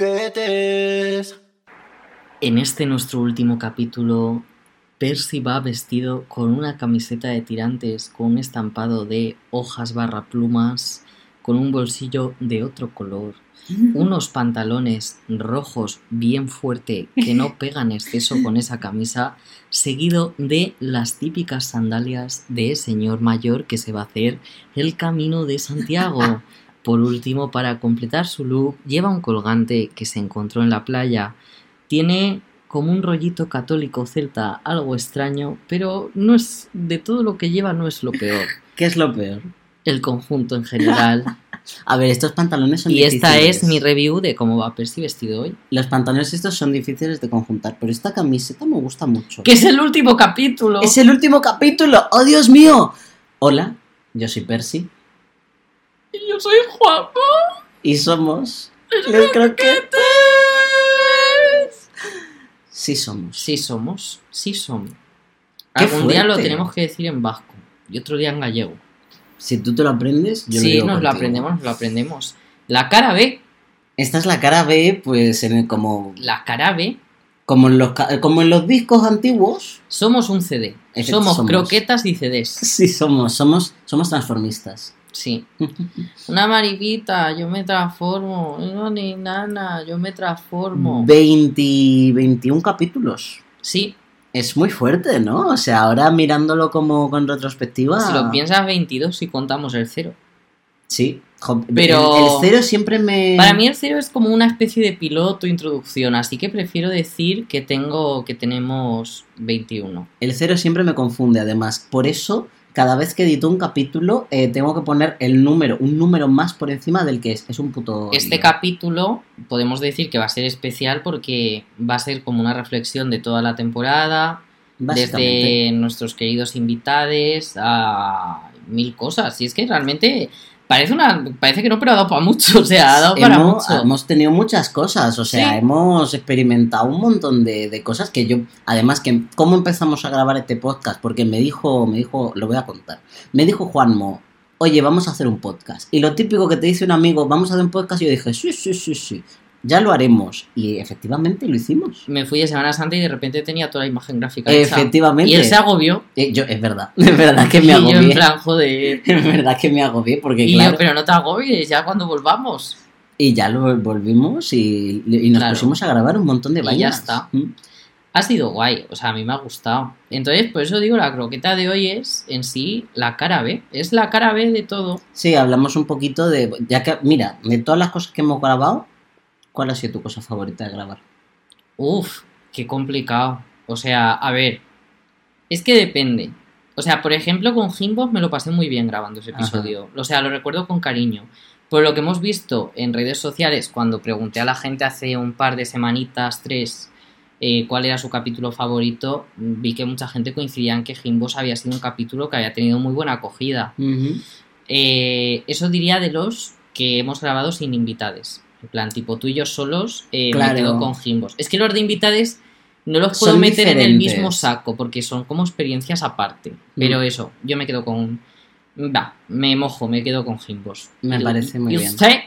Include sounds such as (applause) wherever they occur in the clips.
croquetes. En este nuestro último capítulo, Percy va vestido con una camiseta de tirantes con un estampado de hojas barra plumas, con un bolsillo de otro color, unos pantalones rojos bien fuerte que no pegan exceso con esa camisa, seguido de las típicas sandalias de señor mayor que se va a hacer el camino de Santiago. Por último, para completar su look, lleva un colgante que se encontró en la playa. Tiene como un rollito católico celta, algo extraño, pero no es de todo lo que lleva no es lo peor. ¿Qué es lo peor? El conjunto en general. A ver, estos pantalones (laughs) son Y esta difíciles. es mi review de cómo va Percy vestido hoy. Los pantalones estos son difíciles de conjuntar, pero esta camiseta me gusta mucho. Que es el último capítulo. ¡Es el último capítulo! ¡Oh, Dios mío! Hola, yo soy Percy Y yo soy Juanpa. y somos... Los croquetes. Sí somos. Sí somos, sí somos. Qué Algún día lo Ah, fuerte. tenemos que decir en vasco y otro día en gallego. Si tú te lo aprendes, yo lo sí, digo nos lo contigo. aprendemos, nos lo aprendemos. La cara B, Esta es la cara B, pues en el como... la cara B, Como en los, ca- como en los discos antiguos. somos un CD. Efecto, Somos, somos. croquetas y CDs. Sí somos, somos, somos transformistas. Sí. Una mariquita, yo me transformo. No, ni nana, yo me transformo. 20, 21 capítulos. sí, Es muy fuerte, ¿no? O sea, ahora mirándolo como con retrospectiva. si lo piensas 22 si contamos el cero. Sí. Jo, Pero- El, el cero siempre me. Para mí el cero es como una especie de piloto introducción, así que prefiero decir que tengo que tenemos 21. El cero siempre me confunde, además. Por eso, cada vez que edito un capítulo, eh, tengo que poner el número, un número más por encima del que es. Es un puto. Este lío. capítulo podemos decir que va a ser especial porque va a ser como una reflexión de toda la temporada, Básicamente. desde nuestros queridos invitades a mil cosas. Y es que realmente parece una parece que no, pero ha dado para mucho, o sea, ha dado para hemos, mucho. hemos tenido muchas cosas, o sea, Sí. hemos experimentado un montón de, de cosas que yo, además que cómo empezamos a grabar este podcast, porque me dijo, me dijo, lo voy a contar, me dijo Juanmo, oye, vamos a hacer un podcast. Y lo típico que te dice un amigo, vamos a hacer un podcast, y yo dije, sí, sí, sí, sí, ya lo haremos. Y efectivamente lo hicimos. Me fui de Semana Santa y de repente tenía toda la imagen gráfica hecha. Efectivamente. Y él se (laughs) agobió. Eh, yo, es verdad, es verdad que me y yo en agobié. plan, joder. (laughs) Es verdad que me agobié porque, Y claro, yo, pero no te agobies, ya cuando volvamos. y ya lo volvimos y, y nos Claro. pusimos a grabar un montón de Y ya vainas. está. Mm. Ha sido guay, o sea, a mí me ha gustado. Entonces, por eso digo, la croqueta de hoy es en sí la cara B. Es la cara B de todo. Sí, hablamos un poquito de. Ya que, mira, de todas las cosas que hemos grabado, ¿cuál ha sido tu cosa favorita de grabar? Uf, qué complicado. O sea, a ver, es que depende. O sea, por ejemplo, con Jimbos me lo pasé muy bien grabando ese Ajá. episodio. O sea, lo recuerdo con cariño. Por lo que hemos visto en redes sociales, cuando pregunté a la gente hace un par de semanitas, tres, eh, cuál era su capítulo favorito, vi que mucha gente coincidía en que Jimbos había sido un capítulo que había tenido muy buena acogida. Eh, eso diría de los que hemos grabado sin invitades. En plan, tipo tú y yo solos, eh, Claro. me quedo con Jimbos. Es que los de invitades no los puedo Son meter en el diferentes. Mm. mismo saco porque son como experiencias aparte. Pero eso, yo me quedo con. Va, me mojo, me quedo con Jimbos. Me Y- parece muy y bien. usted-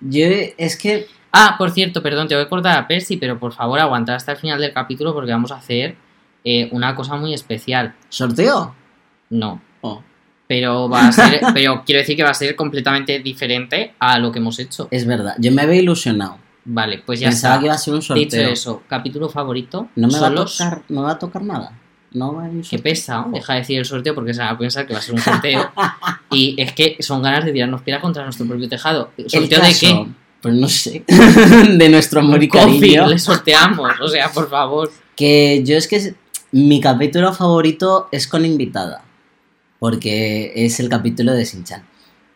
Yo, es que. Ah, por cierto, perdón, te voy a cortar a Percy, pero por favor aguantar hasta el final del capítulo porque vamos a hacer eh, una cosa muy especial. ¿Sorteo? No, Oh. pero va a (laughs) ser, pero quiero decir que va a ser completamente diferente a lo que hemos hecho. Es verdad, yo me había ilusionado. Vale, pues ya Pensaba está. que iba a ser un Dicho sorteo. eso, capítulo favorito, No me, va a solos, tocar, no me va a tocar nada. No va a haber un que sorteo. pesa, deja de decir el sorteo porque se van a pensar que va a ser un (laughs) sorteo. y es que son ganas de tirarnos piedras contra nuestro propio tejado. El ¿Sorteo de caso, qué? Pues no sé. (laughs) de nuestro amor y Coffee, cariño. le sorteamos, o sea, por favor. Que yo es que es- mi capítulo favorito es con invitada. Porque es el capítulo de Sinchan.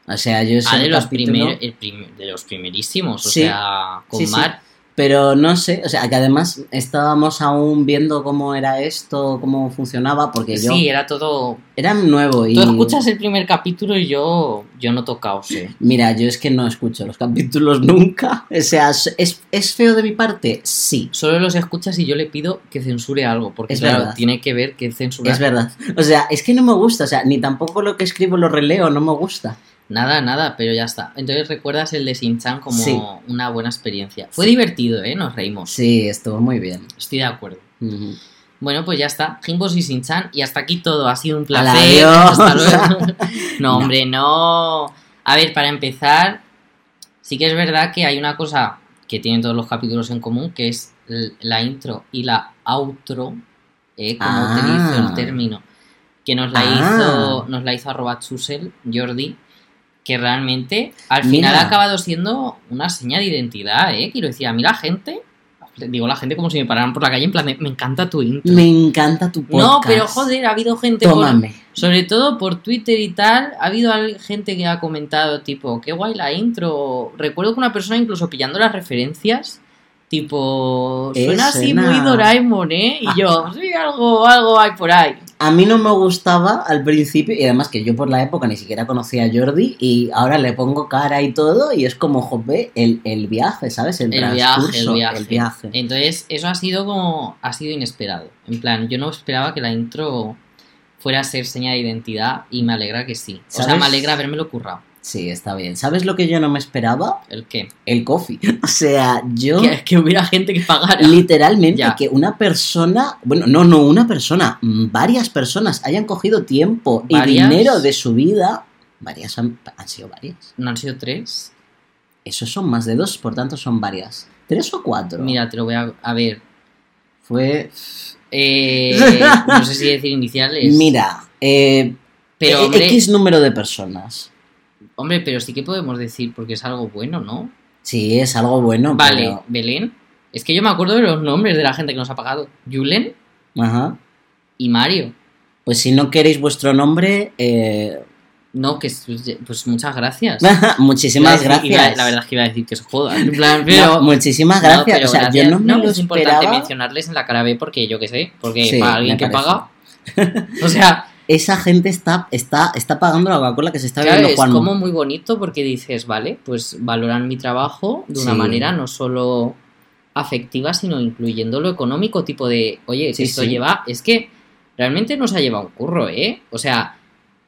O sea, yo es Ah, de el los, capítulo. primer- el prim- de los primerísimos, o Sí. sea, con Sí, sí. Mar. Pero no sé, o sea, que además estábamos aún viendo cómo era esto, cómo funcionaba, porque yo Sí, era todo Era nuevo y... Tú escuchas el primer capítulo y yo, yo noto caos. ¿eh? Mira, yo es que no escucho los capítulos (laughs) nunca. O sea, ¿es, es feo de mi parte? Sí. Solo los escuchas y yo le pido que censure algo, porque Es claro, verdad. tiene que ver que censura. Es verdad. O sea, es que no me gusta. O sea, ni tampoco lo que escribo lo releo, no me gusta. Nada, nada, pero ya está. Entonces recuerdas el de Shin-Chan como Sí. una buena experiencia. Fue Sí. divertido, ¿eh? Nos reímos. Sí, estuvo muy bien. Estoy de acuerdo. Ujú. Bueno, pues ya está. Jimbos y Shin-Chan. Y hasta aquí todo. Ha sido un Ala, placer. adiós. Hasta (laughs) luego. no, hombre, no. A ver, para empezar, sí que es verdad que hay una cosa que tienen todos los capítulos en común, que es l- la intro y la outro, ¿eh? como Ah. utilizo el término, que nos la Ah. hizo, nos la hizo arroba Chusel, Jordi, que realmente al final Mira. ha acabado siendo una seña de identidad, ¿eh? Quiero decir, a mí la gente, digo la gente como si me pararan por la calle en plan, de, me encanta tu intro. Me encanta tu podcast. No, pero joder, ha habido gente por- Tómame. sobre todo por Twitter y tal, ha habido al- gente que ha comentado, tipo, qué guay la intro. Recuerdo que una persona incluso pillando las referencias, tipo, Eh, suena así suena- muy Doraemon, ¿eh? Y (laughs) yo, sí, algo, algo hay por ahí. A mí no me gustaba al principio, y además que yo por la época ni siquiera conocía a Jordi, y ahora le pongo cara y todo, y es como, jope, el, el viaje, ¿sabes? El, El viaje, el transcurso, viaje. el viaje. Entonces, eso ha sido como, ha sido inesperado. En plan, yo no esperaba que la intro fuera a ser seña de identidad y me alegra que sí. O sea, ¿Sabes? me alegra haberme lo currado. Sí, está bien. ¿Sabes lo que yo no me esperaba? ¿El qué? El coffee. (laughs) O sea, yo... Que, que hubiera gente que pagara. Literalmente, Ya. que una persona, bueno, no, no una persona, mm, varias personas hayan cogido tiempo ¿Varias? y dinero de su vida, varias han, han sido varias. ¿No han sido tres? Esos son más de dos, por tanto son varias. ¿Tres o cuatro? Mira, te lo voy a... A ver, fue... (laughs) Eh, no sé si decir iniciales. Mira, eh, Pero, e- hombre, X número de personas. hombre, pero sí que podemos decir porque es algo bueno, ¿no? Sí, es algo bueno. vale, pero- Belén. Es que yo me acuerdo de los nombres de la gente que nos ha pagado. Julen Ajá. y Mario. Pues si no queréis vuestro nombre, eh, (laughs) No, que es- pues muchas gracias. muchísimas Iba a decir- iba- gracias. la verdad es que iba a decir que se joda. (laughs) En plan, No, pero... no, muchísimas gracias. pero o sea, gracias. yo no me No, pues lo es importante esperaba. mencionarles en la cara B porque yo qué sé, porque Sí, para alguien me que parece. (laughs) paga... O sea, Esa gente está, está, está pagando la Coca-Cola que se está Claro, bebiendo es Juan. como muy bonito porque dices, vale, pues valoran mi trabajo de una Sí. manera no solo afectiva, sino incluyendo lo económico, tipo de, oye, que Sí, esto sí. lleva, es que realmente nos ha llevado un curro, ¿eh? O sea,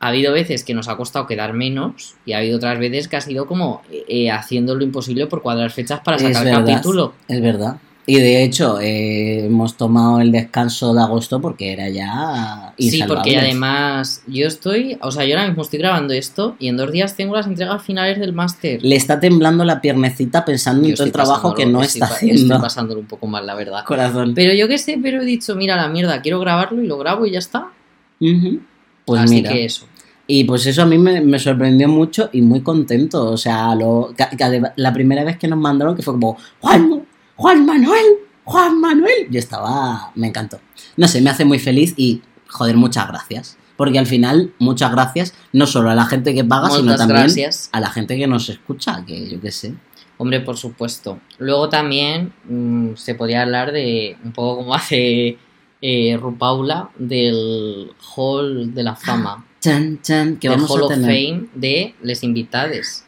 ha habido veces que nos ha costado quedar menos y ha habido otras veces que ha sido como eh, eh, haciendo lo imposible por cuadrar fechas para Es sacar verdad. capítulo. Es verdad. Y de hecho, eh, hemos tomado el descanso de agosto porque era ya. Sí, porque insalvable. además yo estoy, o sea, yo ahora mismo estoy grabando esto y en dos días tengo las entregas finales del máster. Le está temblando la piernecita pensando Yo en todo el estoy trabajo que pasándolo- no estoy está pa- haciendo. Estoy pasándolo un poco mal, la verdad. (laughs) Corazón. Pero yo qué sé, pero he dicho, mira la mierda, quiero grabarlo y lo grabo y ya está. Ujú. Pues Así mira. que eso. Y pues eso a mí me, me sorprendió mucho y muy contento. O sea, lo, ca- ca- de- la primera vez que nos mandaron que fue como Juan, Juan Manuel, Juan Manuel. Yo estaba, me encantó. No sé, me hace muy feliz y joder, muchas gracias. Porque al final, muchas gracias no solo a la gente que paga, sino Muchas también gracias. a la gente que nos escucha, que yo qué sé. Hombre, por supuesto. Luego también mm, se podría hablar de un poco como (laughs) hace eh, Rupaula del Hall de la (gasps) Fama. Chan, chan, que del vamos Hall a of tener. Fame de Les Invitades.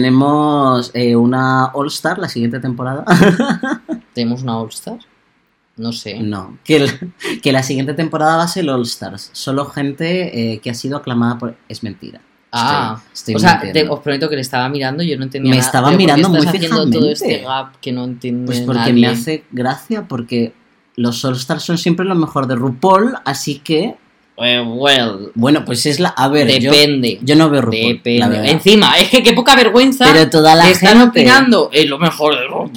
Tenemos eh, una All Star la siguiente temporada. (laughs) ¿Tenemos una All-Star? No sé. No, que la, (laughs) que la siguiente temporada va a ser el All Stars. Solo gente eh, que ha sido aclamada por... Es mentira. Ah, Estoy- estoy o sea, te- mintiendo. os prometo que le estaba mirando y yo no entendía Me nada. estaba Pero ¿por qué mirando estás muy haciendo todo fijamente. este gap que no entiende Pues porque nadie? me hace gracia, porque los All Stars son siempre lo mejor de RuPaul, así que... Eh, well, Bueno, pues es la... A ver, yo, depende. yo no veo RuPaul, la Depende. verdad. Encima, (laughs) es que qué poca vergüenza Pero toda la que están gente... opinando. Es lo mejor de RuPaul.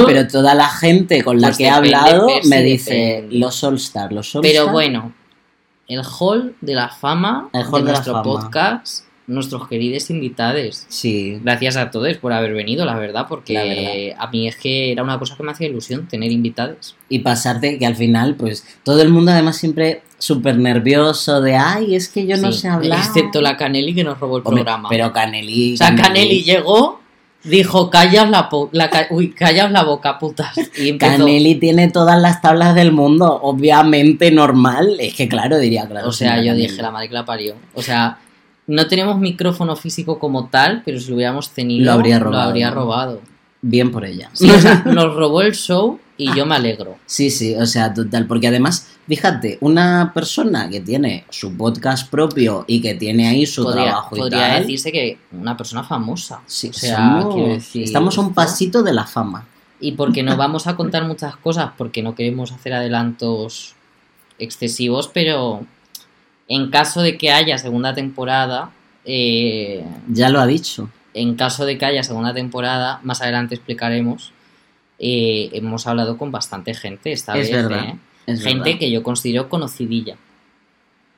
No, pero toda la gente con la Pues que he depende, hablado Percy, me dice depende. los All Stars, los All Pero Stars. bueno, el hall de la fama El hall de la nuestro fama. podcast, nuestros queridos invitados. Sí, Gracias a todos por haber venido, la verdad, porque La verdad. a mí es que era una cosa que me hacía ilusión tener invitados. y pasarte que al final, pues todo el mundo además siempre súper nervioso de, ay, es que yo no Sí, sé hablar. Excepto la Canelli que nos robó el Hombre, programa. Pero Canelí. o sea, Canelli llegó Dijo, callaos la, po- la ca- uy, callaos la boca, (laughs) putas. Y empezó. Canelli tiene todas las tablas del mundo, obviamente normal. Es que claro, diría, claro. O sea, señora yo Canelli. dije, la madre que la parió. O sea, no tenemos micrófono físico como tal, pero si lo hubiéramos tenido, Lo habría robado, habría ¿no? robado. (laughs) Bien por ella. Sí, o sea, nos robó el show y yo me alegro. Sí, sí, o sea, total, porque además, fíjate, una persona que tiene su podcast propio y que tiene ahí su Podría, trabajo y podría tal. decirse que una persona famosa. sí, o sea, somos- quiero decir, estamos a un ¿no? pasito de la fama. Y porque no vamos a contar muchas cosas, porque no queremos hacer adelantos excesivos, pero en caso de que haya segunda temporada, eh, Ya lo ha dicho. en caso de que haya segunda temporada, más adelante explicaremos, eh, hemos hablado con bastante gente esta Es vez. verdad, ¿eh? es gente verdad. que yo considero conocidilla.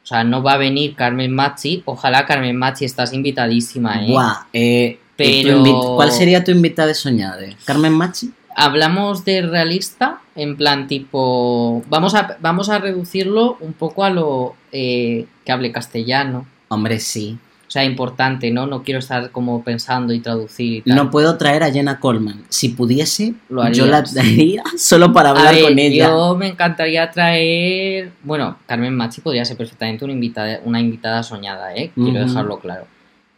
O sea, no va a venir Carmen Machi. Ojalá Carmen Machi estás invitadísima, ¿eh? Buah, eh, Pero- tu invi- ¿Cuál sería tu invitada de soñade? ¿Carmen Machi? Hablamos de realista, en plan tipo. Vamos a, vamos a reducirlo un poco a lo eh, que hable castellano. Hombre, sí. O sea, importante, ¿no? No quiero estar como pensando y traducir y tal. No puedo traer a Jenna Coleman. Si pudiese, Lo harías. yo la traería (laughs) solo para A hablar ver, con ella. Yo me encantaría traer. Bueno, Carmen Machi podría ser perfectamente una invitada, una invitada soñada, ¿eh? Quiero Ujú. dejarlo claro.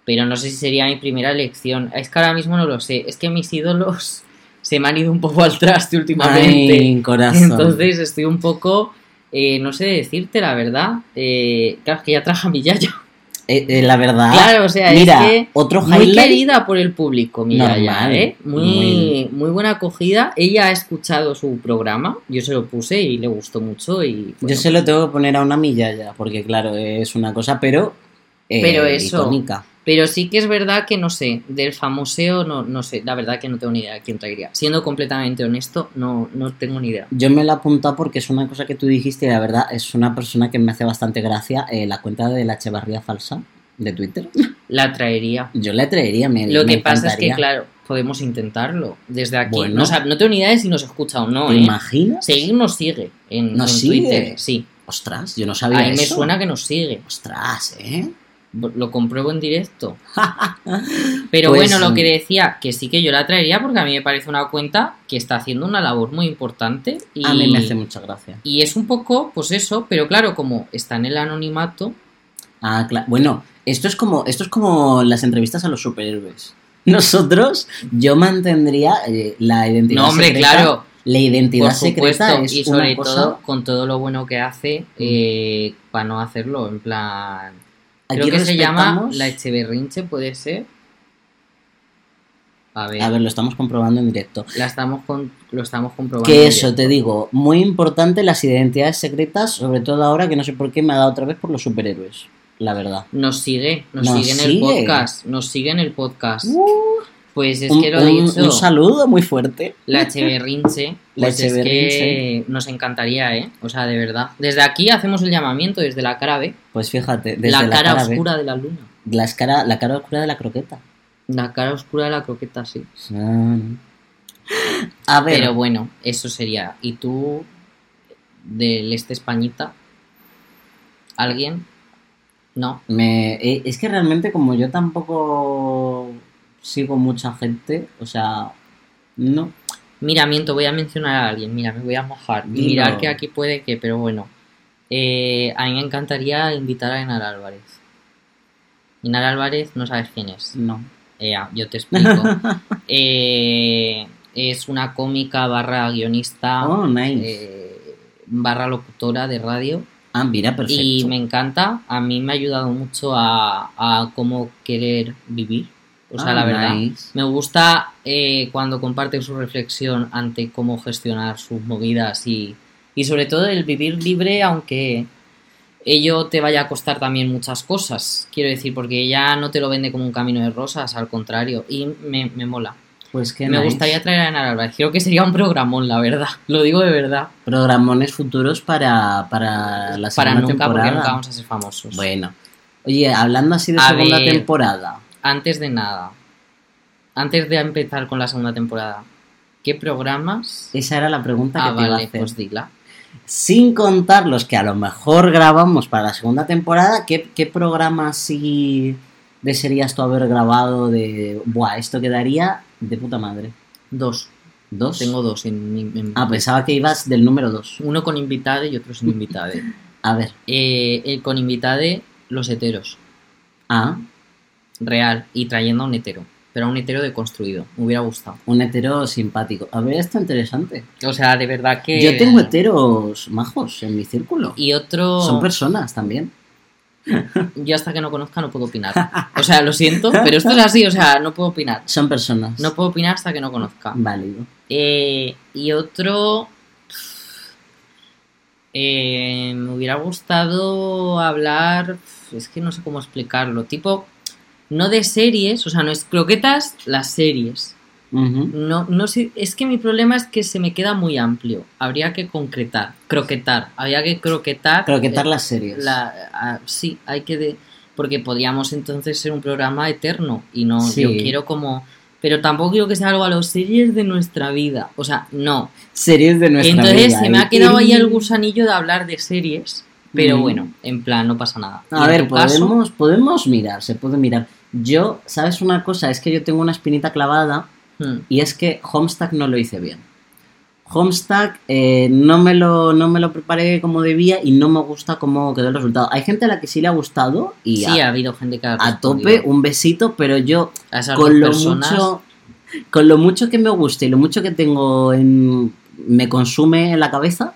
Pero no sé si sería mi primera elección. Es que ahora mismo no lo sé. Es que mis ídolos (laughs) se me han ido un poco (laughs) al traste últimamente. Ay, corazón. Entonces estoy un poco. eh, no sé decirte la verdad. Eh, claro, es que ya traje a mi Yayo. (laughs) Eh, eh, la verdad. claro, o sea, Mira, es que. otro Muy highlight querida por el público, mi Normal, Yaya, ¿eh? Muy, muy buena acogida. Ella ha escuchado su programa, yo se lo puse y le gustó mucho. Y, bueno, Yo se lo tengo que poner a una milla ya, porque claro, es una cosa, pero, eh, Pero eso- icónica. Pero sí que es verdad que no sé, del famoseo no, no sé, la verdad que no tengo ni idea de quién traería. Siendo completamente honesto, no, no tengo ni idea. Yo me la he apuntado porque es una cosa que tú dijiste y la verdad es una persona que me hace bastante gracia, eh, la cuenta de la Echevarría Falsa de Twitter. La traería. Yo la traería, me Lo que me pasa es que, encantaría. claro, podemos intentarlo desde aquí. Bueno. No, sab- no tengo ni idea de si nos escucha o no, ¿Te ¿eh? imaginas? Seguir nos sigue en, ¿Nos en sigue? Twitter. Sí, Ostras, yo no sabía a mí me eso. suena que nos sigue. Ostras, ¿eh? Lo compruebo en (laughs) directo. Pero Pues, bueno, lo que mm. decía, que sí que yo la traería porque a mí me parece una cuenta que está haciendo una labor muy importante y, A mí me hace mucha gracia. y es un poco, pues eso, pero claro, como está en el anonimato, Ah, claro. Bueno, esto es como esto es como las entrevistas a los superhéroes. (laughs) Nosotros, yo mantendría eh, la identidad no hombre, secreta. claro, La identidad por secreta supuesto, es y sobre una cosa... Mm. todo con todo lo bueno que hace eh, para no hacerlo, en plan, Aquí creo que se llama respetamos- la Echeverrinche, puede ser. A ver, A ver, lo estamos comprobando en directo. La estamos con- lo estamos comprobando. Que ya. eso, te digo, muy importante las identidades secretas, sobre todo ahora que no sé por qué me ha dado otra vez por los superhéroes, la verdad. Nos sigue, nos, Nos sigue en el sigue. Uh, podcast, nos sigue en el podcast. Pues es un, que lo un- he dicho, un saludo muy fuerte. la Echeverrinche, (laughs) La pues es que Echeverrinche. nos encantaría, ¿eh? O sea, de verdad. Desde aquí hacemos el llamamiento desde la cara B, Pues fíjate, desde la, la, cara, B, oscura de la luna. las cara- la cara oscura de la croqueta. La cara oscura de la croqueta, sí. Ah. A ver, Pero bueno, eso sería. ¿Y tú, del este españita? ¿Alguien? No. me- eh, es que realmente como yo tampoco sigo mucha gente, o sea, no. Mira, miento, voy a mencionar a alguien. Mira, me voy a mojar. Y Dilo. mirar que aquí puede que, pero bueno. Eh, a mí me encantaría invitar a Enar Álvarez. Enar Álvarez, no sabes quién es. No. Ea, yo te (laughs) explico. Eh, es una cómica barra guionista Oh, nice. Ah, eh, barra locutora de radio. ah, mira, perfecto. Y me encanta. A mí me ha ayudado mucho a, a cómo querer vivir. O sea, Ah, la verdad. nice. Me gusta eh, cuando comparten su reflexión ante cómo gestionar sus movidas y, y sobre todo el vivir libre, aunque ello te vaya a costar también muchas cosas, quiero decir, porque ella no te lo vende como un camino de rosas, al contrario, y me, me mola. Pues que Me gustaría traer a Ana Álvarez, creo que sería un programón, la verdad, (laughs) lo digo de verdad, programones futuros para, para la segunda para nunca, temporada. porque nunca vamos a ser famosos. Bueno. Oye, hablando así de A segunda ver. temporada, Antes de nada, antes de empezar con la segunda temporada, ¿qué programas? esa era la pregunta que Ah, te iba a vale, hacer. pues dila. Sin contar los que a lo mejor grabamos para la segunda temporada, ¿qué, qué programa así desearías tú haber grabado de, buah, esto quedaría de puta madre? Dos. ¿Dos? Tengo dos en mi. en- Ah, pensaba que ibas del número dos. Uno con invitade y otro sin (laughs) invitade. A ver, Eh, el con invitade, los heteros. ah, Real. Y trayendo a un hetero. Pero a un hetero deconstruido. Me hubiera gustado. un hetero simpático. A ver, está interesante. O sea, de verdad que. Yo tengo heteros majos en mi círculo. Eh. Y otro. Son personas también. Yo hasta que no conozca no puedo (laughs) opinar. O sea, lo siento, pero esto es así. O sea, no puedo opinar. Son personas. No puedo opinar hasta que no conozca. Válido. Eh, y otro. eh, me hubiera gustado hablar. Es que no sé cómo explicarlo. Tipo, no de series, o sea, no es croquetas, las series. Ujú. No, no sé, es que mi problema es que se me queda muy amplio. Habría que concretar, croquetar. Habría que croquetar. Croquetar eh, las series. la- ah, sí, hay que. de- porque podríamos entonces ser un programa eterno y no. Sí. Yo quiero como. Pero tampoco quiero que sea algo a los series de nuestra vida. O sea, no. Series de nuestra entonces vida. ¿eh? se me Y- ha quedado ahí el gusanillo de hablar de series. Pero Mm. bueno, en plan, no pasa nada. Y A en ver, tu caso, podemos, podemos mirar, se puede mirar. Yo, ¿sabes una cosa? Es que yo tengo una espinita clavada mm, y es que Homestack no lo hice bien. Homestack eh, no, me lo, no me lo preparé como debía y no me gusta cómo quedó el resultado. Hay gente a la que sí le ha gustado y Sí, ha a, habido gente que ha a respondido tope un besito, pero yo a esas dos con lo personas. mucho con lo mucho que me gusta y lo mucho que tengo en, me consume en la cabeza,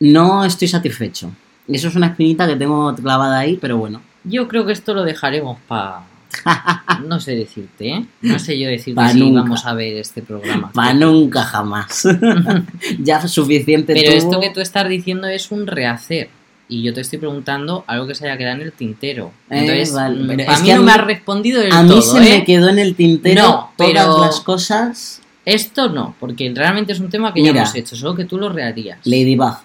no estoy satisfecho. Y Eso es una espinita que tengo clavada ahí, pero bueno. Yo creo que esto lo dejaremos (laughs) para. No sé decirte, ¿eh? No sé yo decirte Pa' si nunca. vamos a ver este programa. Pa nunca (laughs) jamás. ya suficiente Pero tuvo. esto que tú estás diciendo es un rehacer. Y yo te estoy preguntando algo que se haya quedado en el tintero. Eh, Entonces, vale, mm, pero para es mí que no a me mí- has respondido del A mí todo, se ¿eh? me quedó en el tintero No, todas pero- las cosas. Esto no, porque realmente es un tema que ya Mira. hemos hecho, solo que tú lo reharías. Ladybug.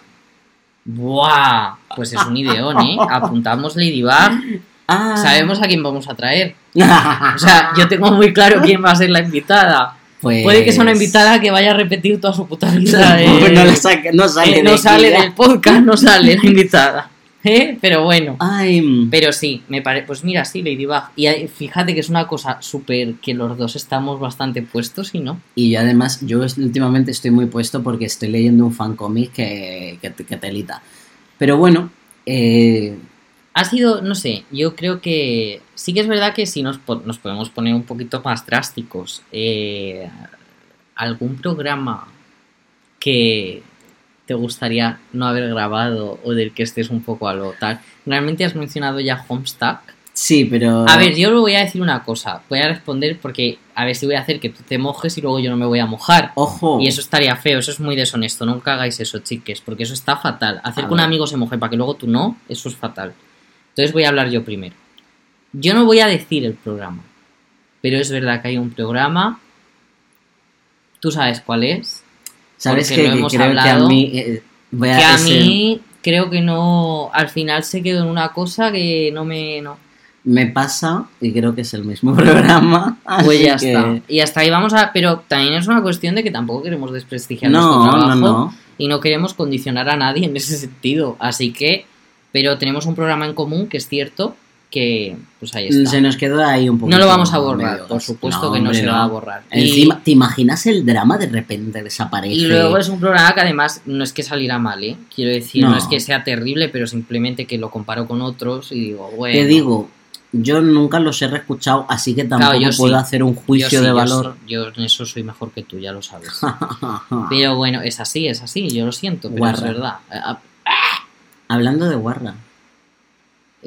¡Buah! Pues es un ideón, (laughs) ¿eh? Apuntamos Ladybug, Ah. sabemos a quién vamos a traer. O sea, yo tengo muy claro quién va a ser la invitada. (laughs) Pues- Puede que sea una invitada que vaya a repetir toda su puta vida. eh. Tampoco (laughs) no, le saca- no Eh, (laughs) sale. no de sale gira. del podcast, no sale la invitada. ¿Eh? Pero bueno. Ay, mm. Pero sí, me parece. Pues mira, sí, Ladybug. Y hay- fíjate que es una cosa súper que los dos estamos bastante puestos y no. Y yo además, yo es- últimamente estoy muy puesto porque estoy leyendo un fancomic que, que, que telita. Pero bueno, eh, Ha sido, no sé, yo creo que sí que es verdad que si nos, po- nos podemos poner un poquito más drásticos. Eh, ¿Algún programa que te gustaría no haber grabado o del que estés un poco a lo tal? Realmente has mencionado ya Homestack. sí, pero... A ver, yo le voy a decir una cosa. Voy a responder porque a ver si voy a hacer que tú te mojes y luego yo no me voy a mojar. Ojo. Y eso estaría feo, eso es muy deshonesto, nunca hagáis eso, chiques, porque eso está fatal. Hacer A que un ver. amigo se moje para que luego tú no, eso es fatal. Entonces voy a hablar yo primero. Yo no voy a decir el programa, pero es verdad que hay un programa, tú sabes cuál es, ¿Sabes porque qué? lo Que hemos creo que hablado, a mí... eh, voy que a ese- mí creo que no, al final se quedó en una cosa que no me... No. Me pasa, y creo que es el mismo (laughs) programa. Pues así ya que- está. Y hasta ahí vamos a... Pero también es una cuestión de que tampoco queremos desprestigiar nuestro No, trabajo. no, no. y no queremos condicionar a nadie en ese sentido. Así que, pero tenemos un programa en común que es cierto que, pues ahí Se está. nos quedó ahí un poco. No lo vamos a borrar, por supuesto que no se lo va a borrar. Y- Encima, ¿te imaginas el drama de repente Y, desaparece? luego es un programa que además no es que saliera mal, ¿eh? Quiero decir, no. No. es que sea terrible, pero simplemente que lo comparo con otros y digo, bueno. Te digo, yo nunca los he reescuchado, así que tampoco Claro, yo puedo sí. hacer un yo juicio sí, de yo valor. sí, Yo, en eso soy mejor que tú, ya lo sabes. (laughs) pero bueno, es así, es así, yo lo siento, pero es Guarra. verdad. Ah, Hablando de Guarra,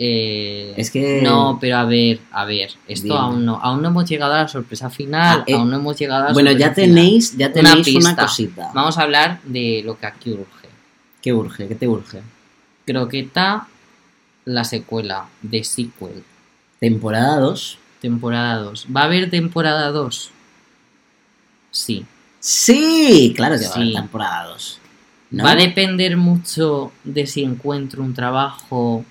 Eh, Es que- No, pero a ver, a ver, esto Dime. aún no, aún no hemos llegado a la sorpresa final, Ah, eh, aún no hemos llegado a la bueno, sorpresa ya tenéis, ya Una tenéis una, pista. cosita. final. Vamos a hablar de lo que aquí urge. ¿Qué urge? ¿Qué te urge? Croqueta, la secuela de Sequel, Temporada 2. temporada 2. ¿Va a haber temporada 2? Sí. Sí, claro que va a haber Sí. temporada 2. Va a depender mucho de si encuentro un trabajo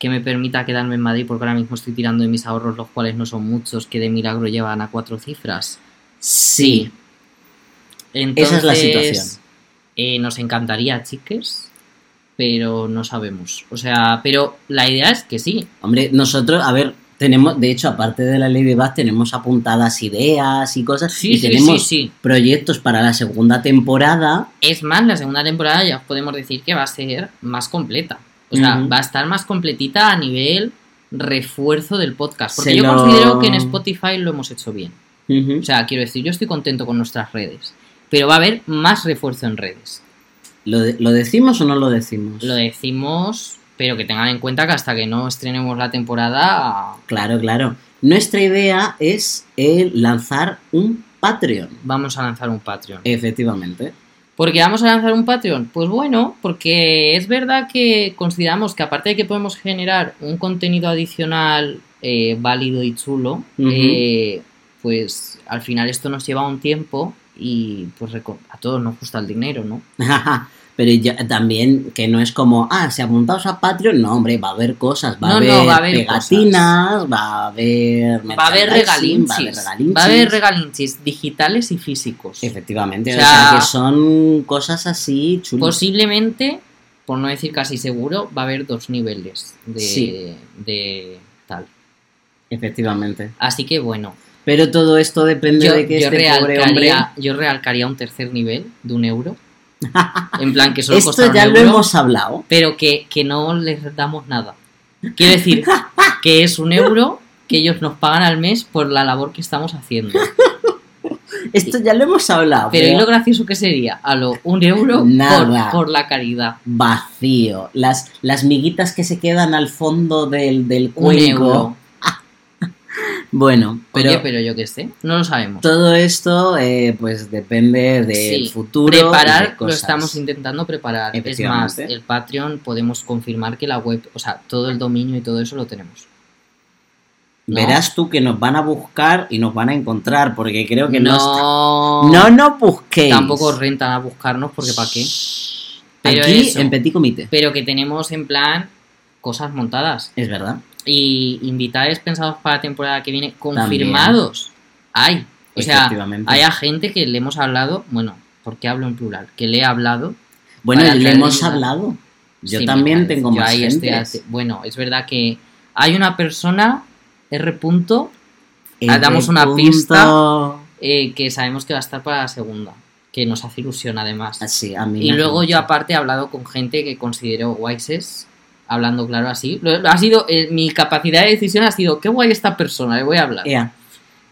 que me permita quedarme en Madrid, porque ahora mismo estoy tirando de mis ahorros, los cuales no son muchos, que de milagro llevan a cuatro cifras. Sí. Entonces, Esa es la situación. eh, nos encantaría, chiques, pero no sabemos. O sea, pero la idea es que sí. Hombre, nosotros, a ver, Tenemos, de hecho, aparte de la ley de Bath, tenemos apuntadas ideas y cosas. Sí, y sí, tenemos sí, sí. proyectos para la segunda temporada. Es más, la segunda temporada ya os podemos decir que va a ser más completa. O sea, Ujú. va a estar más completita a nivel refuerzo del podcast. Porque Se yo lo- considero que en Spotify lo hemos hecho bien. Ujú. O sea, quiero decir, yo estoy contento con nuestras redes. Pero va a haber más refuerzo en redes. ¿Lo, de- lo decimos o no lo decimos? Lo decimos, pero que tengan en cuenta que hasta que no estrenemos la temporada Claro, claro. Nuestra idea es el lanzar un Patreon. vamos a lanzar un Patreon. Efectivamente. (laughs) ¿Por qué vamos a lanzar un Patreon? Pues bueno, porque es verdad que consideramos que aparte de que podemos generar un contenido adicional eh, válido y chulo, Ujú. eh, pues al final esto nos lleva un tiempo y pues reco- a todos nos gusta el dinero, ¿no? Pero ya- también que no es como, ah, se apuntaos a Patreon. No, hombre, va a haber cosas. Va, No, a, no, haber va a haber pegatinas, va a haber. Va a haber merchandising, Va a haber regalinchis. regalinchis. Va a haber regalinchis digitales y físicos. Efectivamente, O o sea, sea, que son cosas así chulas. Posiblemente, por no decir casi seguro, va a haber dos niveles de, Sí. de tal. pues, Efectivamente. Así que bueno, Pero todo esto depende yo, de que yo este pobre realcaría, hombre. yo realcaría un tercer nivel de un euro. En plan, que solo costara (laughs) Esto un ya lo euro, hemos hablado. pero que, que no les damos nada. Quiero decir, que es un euro que ellos nos pagan al mes por la labor que estamos (laughs) haciendo. Esto ya lo hemos hablado. Pero ¿y pero- lo gracioso que sería? A lo un euro por, Nada. por la caridad. vacío. Las, las miguitas que se quedan al fondo del, del Un cuenco. euro. Bueno, pero, Oye, pero yo qué sé, no lo sabemos. todo esto eh, pues depende del Sí, futuro. y de preparar lo cosas. estamos intentando preparar. Es más, Efectivamente. el Patreon podemos confirmar que la web, o sea, todo el dominio y todo eso lo tenemos. ¿no? Verás tú que nos van a buscar y nos van a encontrar porque creo que no está- no, no nos busquéis. tampoco rentan a buscarnos porque para qué. Pero Aquí eso. en Petit Comité. Pero que tenemos en plan cosas montadas Es verdad. y invitados pensados para la temporada que viene confirmados. Hay, o sea, efectivamente. hay a gente que le hemos hablado, bueno, porque hablo en plural, que le he hablado bueno, para y le traer hemos una- hablado. Yo Sí, también mira, tengo yo más ahí estoy gente. hace- bueno, es verdad que hay una persona, R. Punto, Eh, Ah, damos una punto. pista. eh, que sabemos que va a estar para la segunda, que nos hace ilusión además. Así, Ah, a mí y me luego hace yo mucho. aparte he hablado con gente que considero guayses, hablando claro así. Lo- lo ha sido, eh, mi capacidad de decisión ha sido, qué guay esta persona, le voy a hablar. Ea,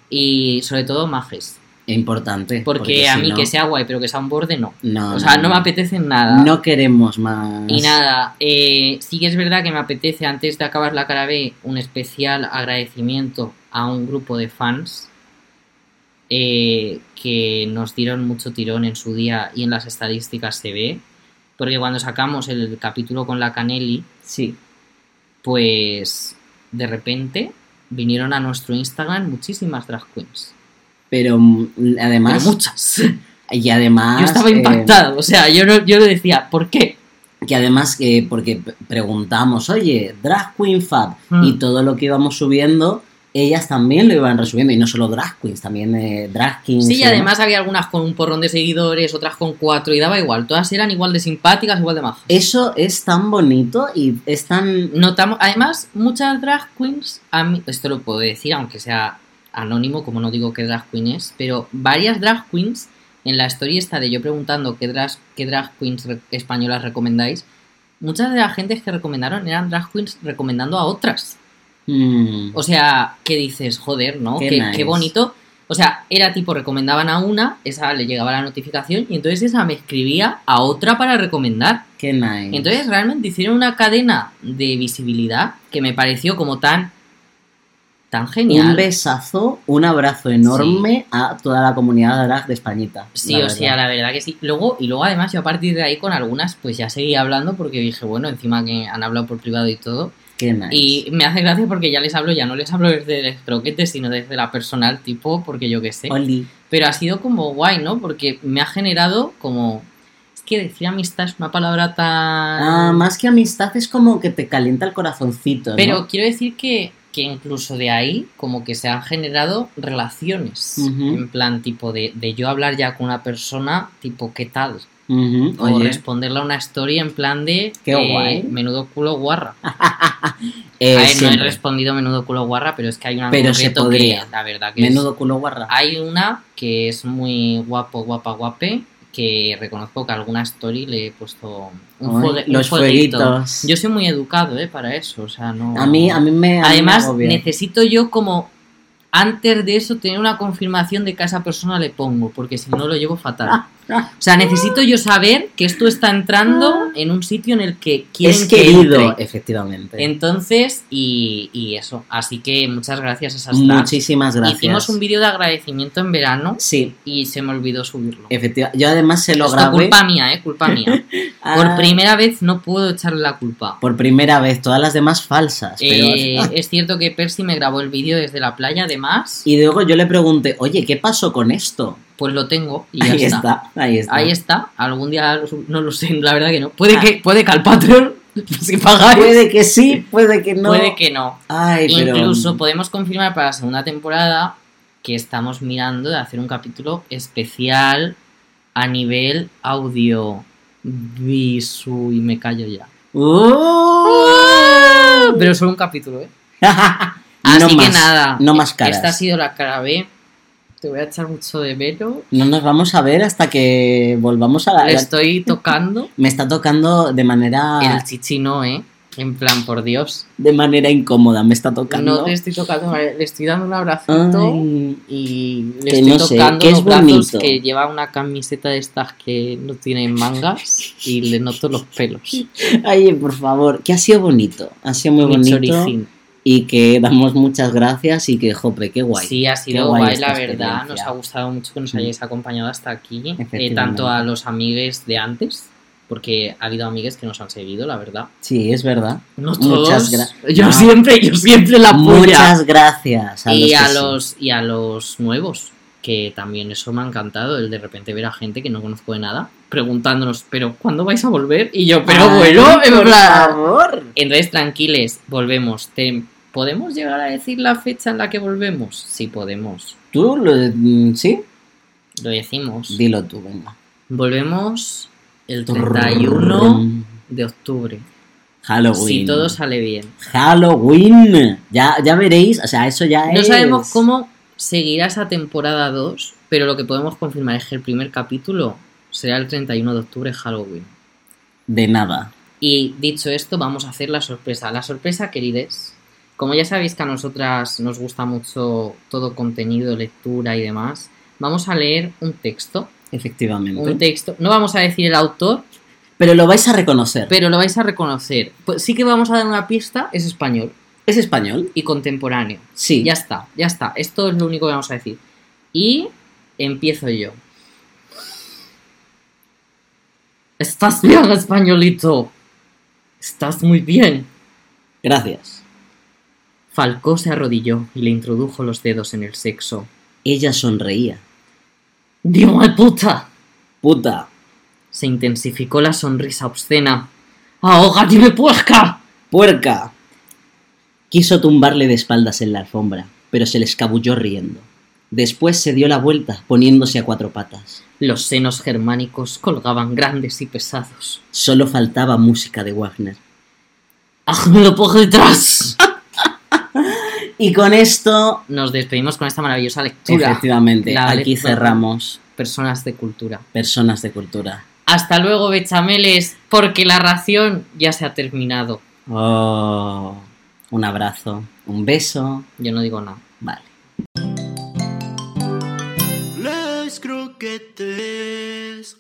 Y sobre todo majes, importante. porque, a si mí no- que sea guay, pero que sea un borde, no. No, o sea, no me apetece nada. No queremos más. Y nada, eh, sí que es verdad que me apetece, antes de acabar la cara B, un especial agradecimiento a un grupo de fans eh, que nos dieron mucho tirón en su día y en las estadísticas se ve, porque cuando sacamos el capítulo con la Canelli, Sí. pues de repente vinieron a nuestro Instagram muchísimas drag queens. Pero mm, Pero además. muchas. (laughs) y además. Yo estaba eh, impactado, o sea, yo, no, yo decía, ¿por qué? que además, que porque p- preguntamos, oye, Drag Queen Fab. Mm. Y todo lo que íbamos subiendo, ellas también lo iban resubiendo. Y no solo Drag Queens, también eh, Drag Kings. Sí, y ¿no? además había algunas con un porrón de seguidores, otras con cuatro, y daba igual. Todas eran igual de simpáticas, igual de majas. Eso es tan bonito y es tan. Notamos, además, muchas drag queens, a mí- esto lo puedo decir, aunque sea anónimo, como no digo qué drag queen es, pero varias drag queens, en la historia está de yo preguntando qué drag, qué drag queens re- españolas recomendáis, muchas de las gentes que recomendaron eran drag queens recomendando a otras. mm, O sea, que dices, joder, ¿no? Qué, Qué nice. qué bonito. O sea, era tipo, recomendaban a una, esa le llegaba la notificación y entonces esa me escribía a otra para recomendar. qué nice. Entonces realmente hicieron una cadena de visibilidad que me pareció como tan, tan un genial. besazo, un abrazo enorme a toda la comunidad drag de Españita. Sí, la o verdad. sea, la verdad que sí. Luego, y luego además yo a partir de ahí con algunas pues ya seguí hablando porque dije, bueno, encima que han hablado por privado y todo. Qué nice. Y me hace gracia porque ya les hablo, ya no les hablo desde los croquetes, sino desde la personal tipo, porque yo qué sé. Oli. Pero ha sido como guay, ¿no? Porque me ha generado como... Es que decir amistad es una palabra tan... Ah, más que amistad es como que te calienta el corazoncito. ¿no? Pero quiero decir que, que incluso de ahí como que se han generado relaciones. Ujú. En plan tipo de, de yo hablar ya con una persona, tipo, ¿qué tal? Ujú, O oye, responderle a una historia en plan de eh, Qué guay. menudo culo guarra. eh, a ver, no he siempre. respondido menudo culo guarra, pero es que hay una en Pero se concreto podría. que la verdad que es- Menudo culo guarra. hay una que es muy guapo, guapa, guape, que reconozco que a alguna story le he puesto un, Ay, fuegue- un los fueguito. fueguitos. Yo soy muy educado, eh, para eso, o sea, no A mí, a mí me. a mí me Además, agobia. necesito yo como antes de eso tener una confirmación de que a esa persona le pongo, porque si no lo llevo fatal. O sea, necesito yo saber que esto está entrando en un sitio en el que quieren es que querido, entre. efectivamente. Entonces, y, y eso. Así que muchas gracias a esas tags. Muchísimas gracias. Hicimos un vídeo de agradecimiento en verano Sí, y se me olvidó subirlo. efectivamente. Yo además se Eh, lo Esto grabé. Ah. culpa mía, eh, culpa (laughs) mía. a- Por primera vez no puedo echarle la culpa. por primera vez, todas las demás falsas. pero- Eh, (laughs) es cierto que Percy me grabó el vídeo desde la playa, además. Y luego yo le pregunté, oye, ¿qué pasó con esto? Pues lo tengo y ya ahí está. está. ahí está. Ah. Ahí está. Algún día lo sub- no lo sé, la verdad que no. Puede que, puede que al Patreon, (laughs) si pagáis, puede, Puede que sí, puede que no. que no. Ay, pero- Incluso podemos confirmar para la segunda temporada que estamos mirando de hacer un capítulo especial a nivel audio visu y me callo ya. ¡Uh! Pero solo un capítulo, ¿eh? (laughs) no Así que más, nada. No más caras. Esta ha sido la cara B. Te voy a echar mucho de velo. No nos vamos a ver hasta que volvamos a la. Le estoy tocando. Me está tocando de manera. El chichi no, ¿eh? En plan, por Dios. De manera incómoda, me está tocando. No te estoy tocando, le estoy dando un abracito Ay, y le que estoy no sé, tocando que es los brazos bonito. que lleva una camiseta de estas que no tienen mangas y le noto los pelos. ay, por favor, que ha sido bonito. Ha sido muy Mi bonito. choricín. Y que damos muchas gracias y que, jope, qué guay. Sí, ha sido guay guay, esta la verdad. experiencia. Nos ha gustado mucho que nos Mm. hayáis acompañado hasta aquí, eh, Efectivamente. tanto a los amigues de antes, porque ha habido amigues que nos han seguido, la verdad. Sí, es verdad. No Muchas todos. gra- yo No. siempre, yo siempre la puya. Muchas gracias. A y los que a sí. los y a los nuevos que también eso me ha encantado el de repente ver a gente que no conozco de nada preguntándonos pero cuándo vais a volver y yo pero Ay, bueno en por plan". favor. entonces tranquiles volvemos Te- podemos llegar a decir la fecha en la que volvemos sí podemos ¿Tú lo, mm, sí? lo decimos Dilo tú, venga. volvemos el 31 de octubre Halloween. si todo sale bien Halloween. Ya, ya veréis, o sea, eso ya No es. sabemos cómo seguirá esa temporada 2, pero lo que podemos confirmar es que el primer capítulo será el 31 de octubre, Halloween. De nada. Y dicho esto, vamos a hacer la sorpresa. La sorpresa, querides, como ya sabéis que a nosotras nos gusta mucho todo contenido, lectura y demás, vamos a leer un texto. Efectivamente. Un texto. No vamos a decir el autor, Pero lo vais a reconocer. pero lo vais a reconocer. Pues sí que vamos a dar una pista, es español ¿Es español? y contemporáneo. Sí. Ya está, ya está. Esto es lo único que vamos a decir. Y empiezo yo. Estás bien, españolito. Estás muy bien. Gracias. Falcó se arrodilló y le introdujo los dedos en el sexo. Ella sonreía. ¡Dime puta! Puta. Se intensificó la sonrisa obscena. ¡Ahoga, dime puerca! Puerca. Quiso tumbarle de espaldas en la alfombra, pero se le escabulló riendo. Después se dio la vuelta, poniéndose a cuatro patas. Los senos germánicos colgaban grandes y pesados. Solo faltaba música de Wagner. ¡Házmelo por detrás! Y con esto, Nos despedimos con esta maravillosa lectura. efectivamente, La aquí lectura. cerramos personas de cultura. Personas de Cultura. Hasta luego, bechameles, porque la ración ya se ha terminado. Oh, un abrazo, un beso. Yo no digo nada. Vale. Les croquettes